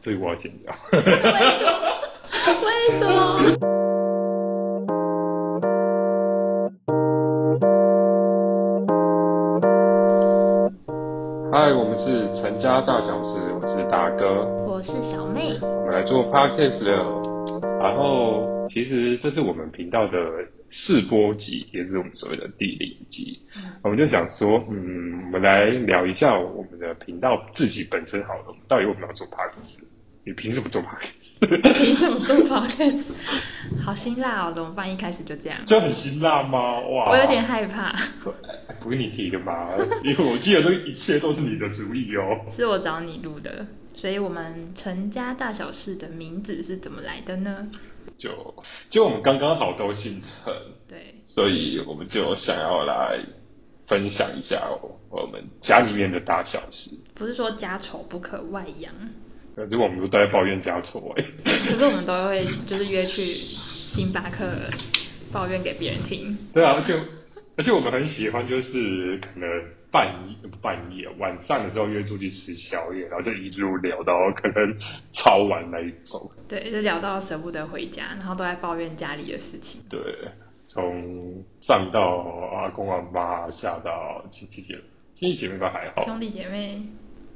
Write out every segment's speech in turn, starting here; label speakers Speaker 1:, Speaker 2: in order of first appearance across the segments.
Speaker 1: 这个我要剪掉。
Speaker 2: 为什么？为什么？
Speaker 1: 嗨，我们是陈家大小事，我是大哥，
Speaker 2: 我是小妹，
Speaker 1: 我们来做 podcast 了。然后，其实这是我们频道的试播集，也是我们所谓的第零集。我们就想说，嗯，我们来聊一下我们的频道自己本身好了，我们到底为什么要做 podcast？你凭什么做 podcast？
Speaker 2: 凭什么录 podcast？好辛辣哦，怎么办？一开始就这样，
Speaker 1: 就很辛辣吗？哇，
Speaker 2: 我有点害怕，
Speaker 1: 不是你提的吧？ 因为我记得这一切都是你的主意哦。
Speaker 2: 是我找你录的。所以我们陈家大小事的名字是怎么来的呢？
Speaker 1: 就就我们刚刚好都姓陈，
Speaker 2: 对，
Speaker 1: 所以我们就想要来分享一下我们家里面的大小事。
Speaker 2: 不是说家丑不可外扬，
Speaker 1: 可是我们都在抱怨家丑哎、
Speaker 2: 可是我们都会就是约去星巴克抱怨给别人听。
Speaker 1: 对啊，而且而且我们很喜欢，就是可能半夜半夜晚上的时候约出去吃宵夜，然后就一路聊到可能超晚那一种。
Speaker 2: 对，就聊到舍不得回家，然后都在抱怨家里的事情。
Speaker 1: 对，从上到阿公阿妈，下到亲戚姐妹，亲戚姐妹倒还好，
Speaker 2: 兄弟姐妹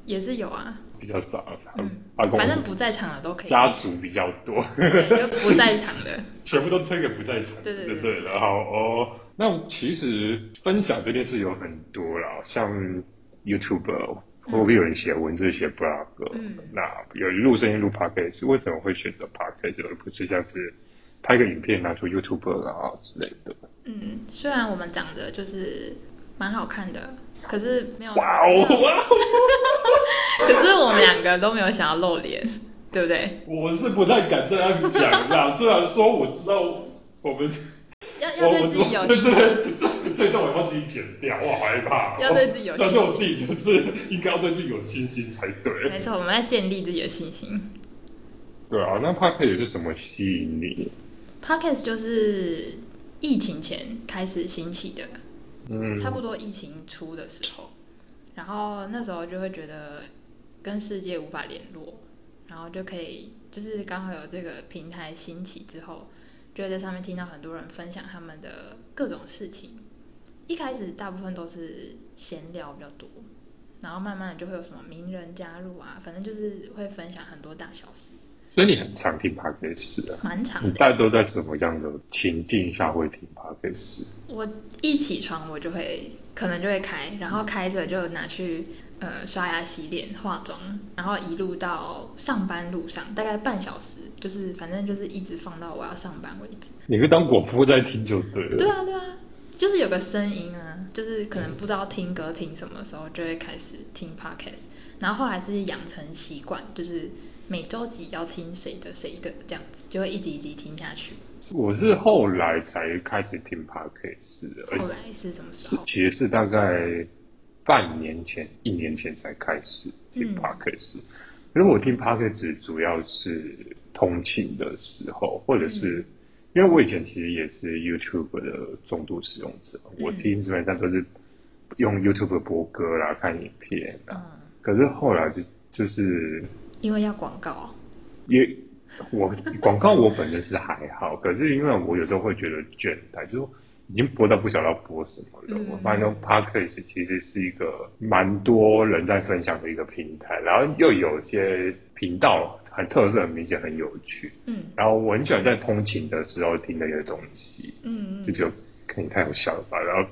Speaker 2: 也是有啊，
Speaker 1: 比较少。
Speaker 2: 嗯，
Speaker 1: 阿公
Speaker 2: 反正不在场的都可以，
Speaker 1: 家族比较多。
Speaker 2: 对就不在场的。
Speaker 1: 全部都推给不在场，
Speaker 2: 对对对
Speaker 1: 对了，好哦。那其实分享这件事有很多啦，像 YouTube，
Speaker 2: 嗯
Speaker 1: 或者有人写文字、写 blog，、
Speaker 2: 嗯
Speaker 1: 那有人录声音、录 podcast，为什么会选择 podcast 而不是像是拍个影片拿出 YouTube 啊之类的？
Speaker 2: 嗯，虽然我们长得就是蛮好看的，可是没有，
Speaker 1: 哇哦，哇哦！
Speaker 2: 可是我们两个都没有想要露 脸，对不对？
Speaker 1: 我是不太敢这样讲 啦，虽然说我知道我们。
Speaker 2: 要要对自己有
Speaker 1: 这
Speaker 2: 信
Speaker 1: 这
Speaker 2: 心。
Speaker 1: 这这段我要自己剪掉，我好害怕。
Speaker 2: 要对自己有信
Speaker 1: 但
Speaker 2: 心
Speaker 1: 是我自己就是应该要对自己有信心才对。
Speaker 2: 没错，我们在建立自己的信心。
Speaker 1: 对啊，那 p o d c a 是什么吸引你？
Speaker 2: Podcast 就是疫情前开始兴起的，
Speaker 1: 嗯，
Speaker 2: 差不多疫情初的时候，然后那时候就会觉得跟世界无法联络，然后就可以就是刚好有这个平台兴起之后，就会在上面听到很多人分享他们的各种事情。一开始大部分都是闲聊比较多，然后慢慢的就会有什么名人加入啊，反正就是会分享很多大小事，
Speaker 1: 所以你很常听 p o d c a 啊？
Speaker 2: 蛮长
Speaker 1: 你
Speaker 2: 的。
Speaker 1: 大家都在什么样的情境下会听 p o d c a
Speaker 2: 我一起床我就会可能就会开，然后开着就拿去呃刷牙、洗脸、化妆，然后一路到上班路上，大概半小时，就是反正就是一直放到我要上班为止。
Speaker 1: 你会当果夫在听就对了。
Speaker 2: 对啊，对啊，就是有个声音啊，就是可能不知道听歌听什么的时候，就会开始听 podcast，然后后来是养成习惯，就是每周几要听谁的谁的这样子，就会一集一集听下去。
Speaker 1: 我是后来才开始听 p o d c a 而
Speaker 2: 后
Speaker 1: 且
Speaker 2: 来是什么时
Speaker 1: 是
Speaker 2: 候？
Speaker 1: 其实是大概半年前、一年前才开始听
Speaker 2: 嗯
Speaker 1: podcast。因为我听 podcast 主要是通勤的时候，或者
Speaker 2: 嗯
Speaker 1: 是、因为我以前其实也是 YouTube 的重度使用者，
Speaker 2: 嗯
Speaker 1: 我听基本上都是用 YouTube 播歌啦、看影片啦。
Speaker 2: 嗯，
Speaker 1: 可是后来就就是
Speaker 2: 因为要广告。啊
Speaker 1: 也我广告我本身是还好，可是因为我有时候会觉得倦怠，就是已经播到不晓得要播什么了。
Speaker 2: 嗯
Speaker 1: 我发现 podcast 其实是一个蛮多人在分享的一个平台，然后又有些频道很特色、很明显、很有趣。
Speaker 2: 嗯
Speaker 1: 然后我很喜欢在通勤的时候听那些东西，
Speaker 2: 嗯嗯，
Speaker 1: 就觉得看你太好笑了吧。然后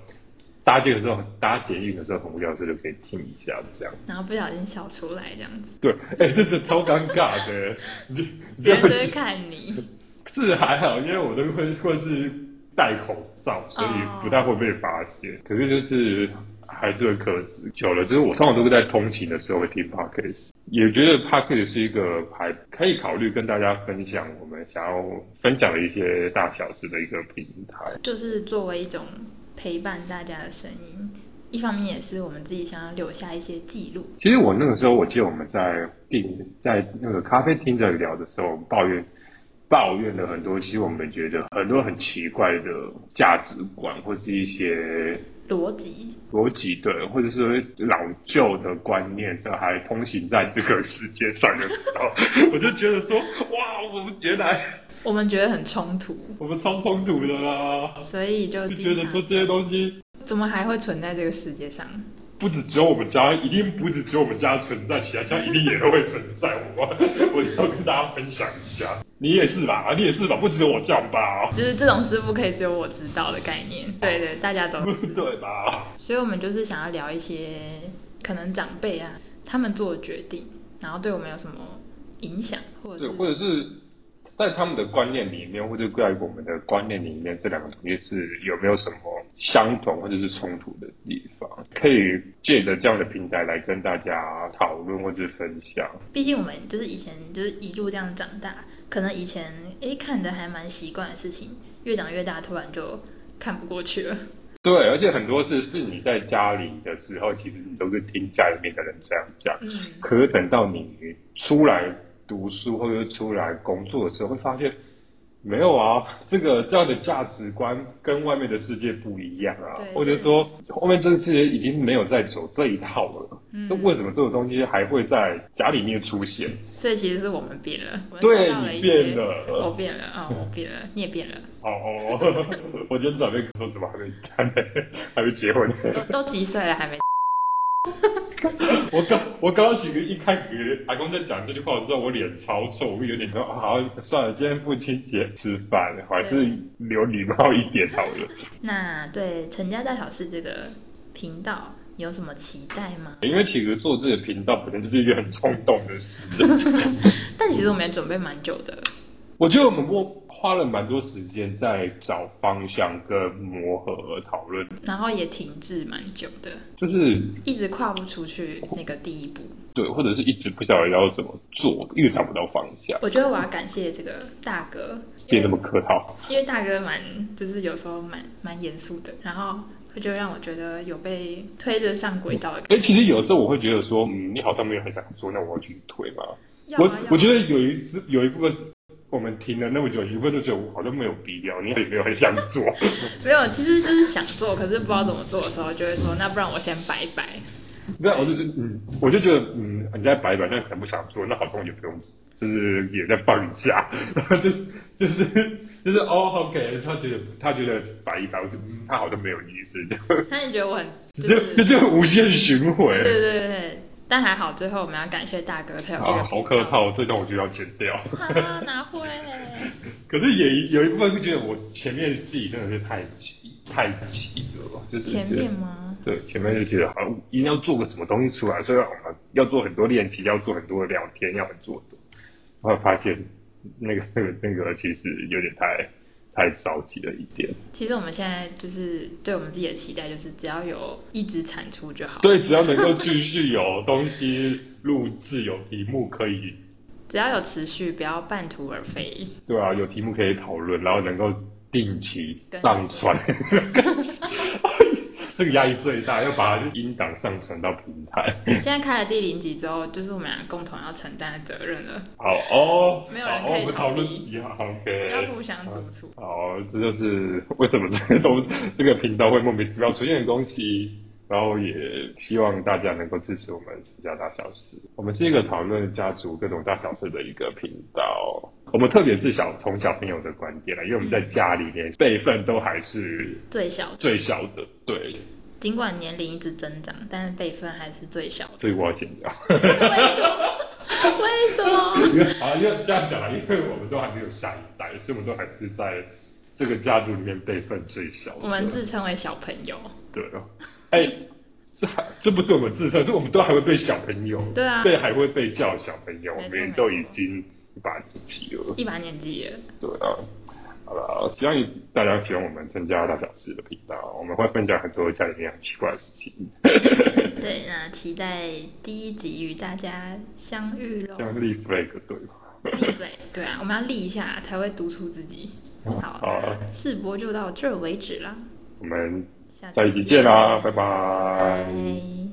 Speaker 1: 搭捷运的时候，搭捷运的时候很无聊的时候就可以听一下这样。
Speaker 2: 然后不小心笑出来这样子，
Speaker 1: 对，哎、这是超尴尬的，你就你就
Speaker 2: 别人
Speaker 1: 会
Speaker 2: 都会看你。
Speaker 1: 是还好，因为我都会会是戴口罩，所以不太会被发现。可是就是还是会克制。久了，就是我通常都会在通勤的时候会听 podcast，也觉得 podcast 是一个还可以考虑跟大家分享我们想要分享的一些大小事的一个平台。
Speaker 2: 就是作为一种陪伴大家的声音，一方面也是我们自己想要留下一些记录。
Speaker 1: 其实我那个时候，我记得我们在订在那个咖啡厅在聊的时候，我们抱怨抱怨了很多，其实我们觉得很多很奇怪的价值观或是一些
Speaker 2: 逻辑，
Speaker 1: 逻辑对，或者是老旧的观念，这还通行在这个世界上的时候，我就觉得说，哇，我们原来
Speaker 2: 我们觉得很冲突，
Speaker 1: 我们超冲突的啦，
Speaker 2: 所以就
Speaker 1: 就觉
Speaker 2: 经
Speaker 1: 得
Speaker 2: 常
Speaker 1: 说这些东西
Speaker 2: 怎么还会存在这个世界上？
Speaker 1: 不止只有我们家，一定不止只有我们家存在，其他家一定也会存在。我 我要跟大家分享一下，你也是吧，你也是吧，不只有我这样吧，
Speaker 2: 就是这种师傅可以只有我知道的概念，对对，大家都是。
Speaker 1: 对吧？
Speaker 2: 所以我们就是想要聊一些可能长辈啊，他们做的决定，然后对我们有什么影响，或者
Speaker 1: 对，
Speaker 2: 是
Speaker 1: 或者是在他们的观念里面，或者在我们的观念里面，这两个东西是有没有什么相同或者是冲突的地方？可以借着这样的平台来跟大家讨论或者分享。
Speaker 2: 毕竟我们就是以前就是一路这样长大，可能以前诶看的还蛮习惯的事情，越长越大突然就看不过去了。
Speaker 1: 对，而且很多事是你在家里的时候，其实你都是听家里面的人这样讲，
Speaker 2: 嗯，
Speaker 1: 可是等到你出来读书或者出来工作的时候，会发现没有啊， 这个这样的价值观跟外面的世界不一样啊
Speaker 2: 对，
Speaker 1: 或者说后面这个世界已经没有在走这一套了，
Speaker 2: 嗯
Speaker 1: 这为什么这种东西还会在家里面出现？
Speaker 2: 所以其实是我们变了，我们
Speaker 1: 对
Speaker 2: 受到了一
Speaker 1: 你
Speaker 2: 些
Speaker 1: 变了
Speaker 2: 我变了啊、我变了，你也变了，
Speaker 1: 哦哦， 我今天准备说怎么还没还没还没结婚？
Speaker 2: 都都几岁了还没？
Speaker 1: 我刚我刚刚其实一开始阿公在讲这句话的时候，我脸超臭，我有点说啊，好算了，今天父亲节吃饭，我还是留礼貌一点好了。
Speaker 2: 那对陈家大小事这个频道你有什么期待吗？
Speaker 1: 因为其实做这个频道本身就是一个很冲动的事，
Speaker 2: 但其实我们也准备蛮久的，
Speaker 1: 我觉得我们过花了蛮多时间在找方向跟磨合讨论，
Speaker 2: 然后也停滞蛮久的，
Speaker 1: 就是
Speaker 2: 一直跨不出去那个第一步。
Speaker 1: 对，或者是一直不晓得要怎么做，因为找不到方向，
Speaker 2: 我觉得我要感谢这个大哥，
Speaker 1: 别那么客套。
Speaker 2: 因为大哥蛮就是有时候蛮蛮严肃的，然后他就让我觉得有被推着上轨道的感
Speaker 1: 哎，其实有时候我会觉得说，嗯，你好像没有很想做，那我要去推嘛。
Speaker 2: 觉。要
Speaker 1: 我
Speaker 2: 啊要啊
Speaker 1: 我觉得有一次有一部分我们停了那么久，有一部分就觉得我好像没有必要，你也没有很想 做。
Speaker 2: 没有，其实就是想做，可是不知道怎么做的时候，就会说那不然我先拜拜。
Speaker 1: 那我就是嗯，我就觉得嗯，你在摆摆，但可能不想做，那好像也不用，就是也在放下， 然后就是就是就是哦，OK，他觉得他觉得摆一摆，我就嗯，他好像没有意思，就
Speaker 2: 那你觉得我很就
Speaker 1: 就是就
Speaker 2: 对
Speaker 1: 就无限循环。
Speaker 2: 对对对，但还好最后我们要感谢大哥才有这个
Speaker 1: 啊，好客套，这段我就要剪 掉。
Speaker 2: 频道啊，哪会？
Speaker 1: 可是也有一部分是觉得我前面自己真的是太急太急了，就是觉
Speaker 2: 前
Speaker 1: 得
Speaker 2: 面吗？
Speaker 1: 对，前面就觉得好像一定要做个什么东西出来，所以我们要做很多练习，要做很多的聊天，要做的。后来发现那个 那个那个其实有点太太着急了一点。
Speaker 2: 其实我们现在就是对我们自己的期待，就是只要有一直产出就好，
Speaker 1: 对，只要能够继续有东西录制，有题目可以，
Speaker 2: 只要有持续，不要半途而废。
Speaker 1: 对啊，有题目可以讨论，然后能够定期
Speaker 2: 更
Speaker 1: 上传。 这个压力最大，要把音档上传到平 台。
Speaker 2: 现在开了第零集之后，就是我们俩共同要承担的责任了，
Speaker 1: 好哦，
Speaker 2: 没有人
Speaker 1: 好
Speaker 2: 可以
Speaker 1: 哦我们
Speaker 2: 逃
Speaker 1: 讨
Speaker 2: 避
Speaker 1: 论题好，OK。
Speaker 2: 要互相督促。
Speaker 1: 好，这就是为什么这个东这个频道会莫名其妙出现的东西。然后也希望大家能够支持我们私家大小事。我们是一个讨论家族各种大小事的一个频道。我们特别是小从小朋友的观点啦，因为我们在家里面辈分都还是
Speaker 2: 最小的，
Speaker 1: 最小的，对，
Speaker 2: 尽管年龄一直增长，但是辈分还是最小的。
Speaker 1: 所以我要剪掉。
Speaker 2: 为什么？为什么？
Speaker 1: 因为 啊，因为这样讲啦，因为我们都还没有下一代，所以我们都还是在这个家族里面辈分最小的。
Speaker 2: 我们自称为小朋友。
Speaker 1: 对啊，哎、这还这不是我们自称，这我们都还会被小朋友，
Speaker 2: 对啊
Speaker 1: 被还会被叫小朋友，我
Speaker 2: 没
Speaker 1: 们
Speaker 2: 错
Speaker 1: 也都已经一把年纪了，
Speaker 2: 一把年纪了，
Speaker 1: 对啊。好了，希望大家喜欢我们增加大小事的频道，我们会分享很多家里面很奇怪的事情。
Speaker 2: 对，那期待第一集与大家相遇喽。
Speaker 1: 像立 flag 对吗？
Speaker 2: 立 flag，对啊，我们要立一下才会督促自己。嗯好，
Speaker 1: 好啊
Speaker 2: 那试播就到这儿为止啦，
Speaker 1: 我们
Speaker 2: 下
Speaker 1: 下一集见啦，拜拜
Speaker 2: 拜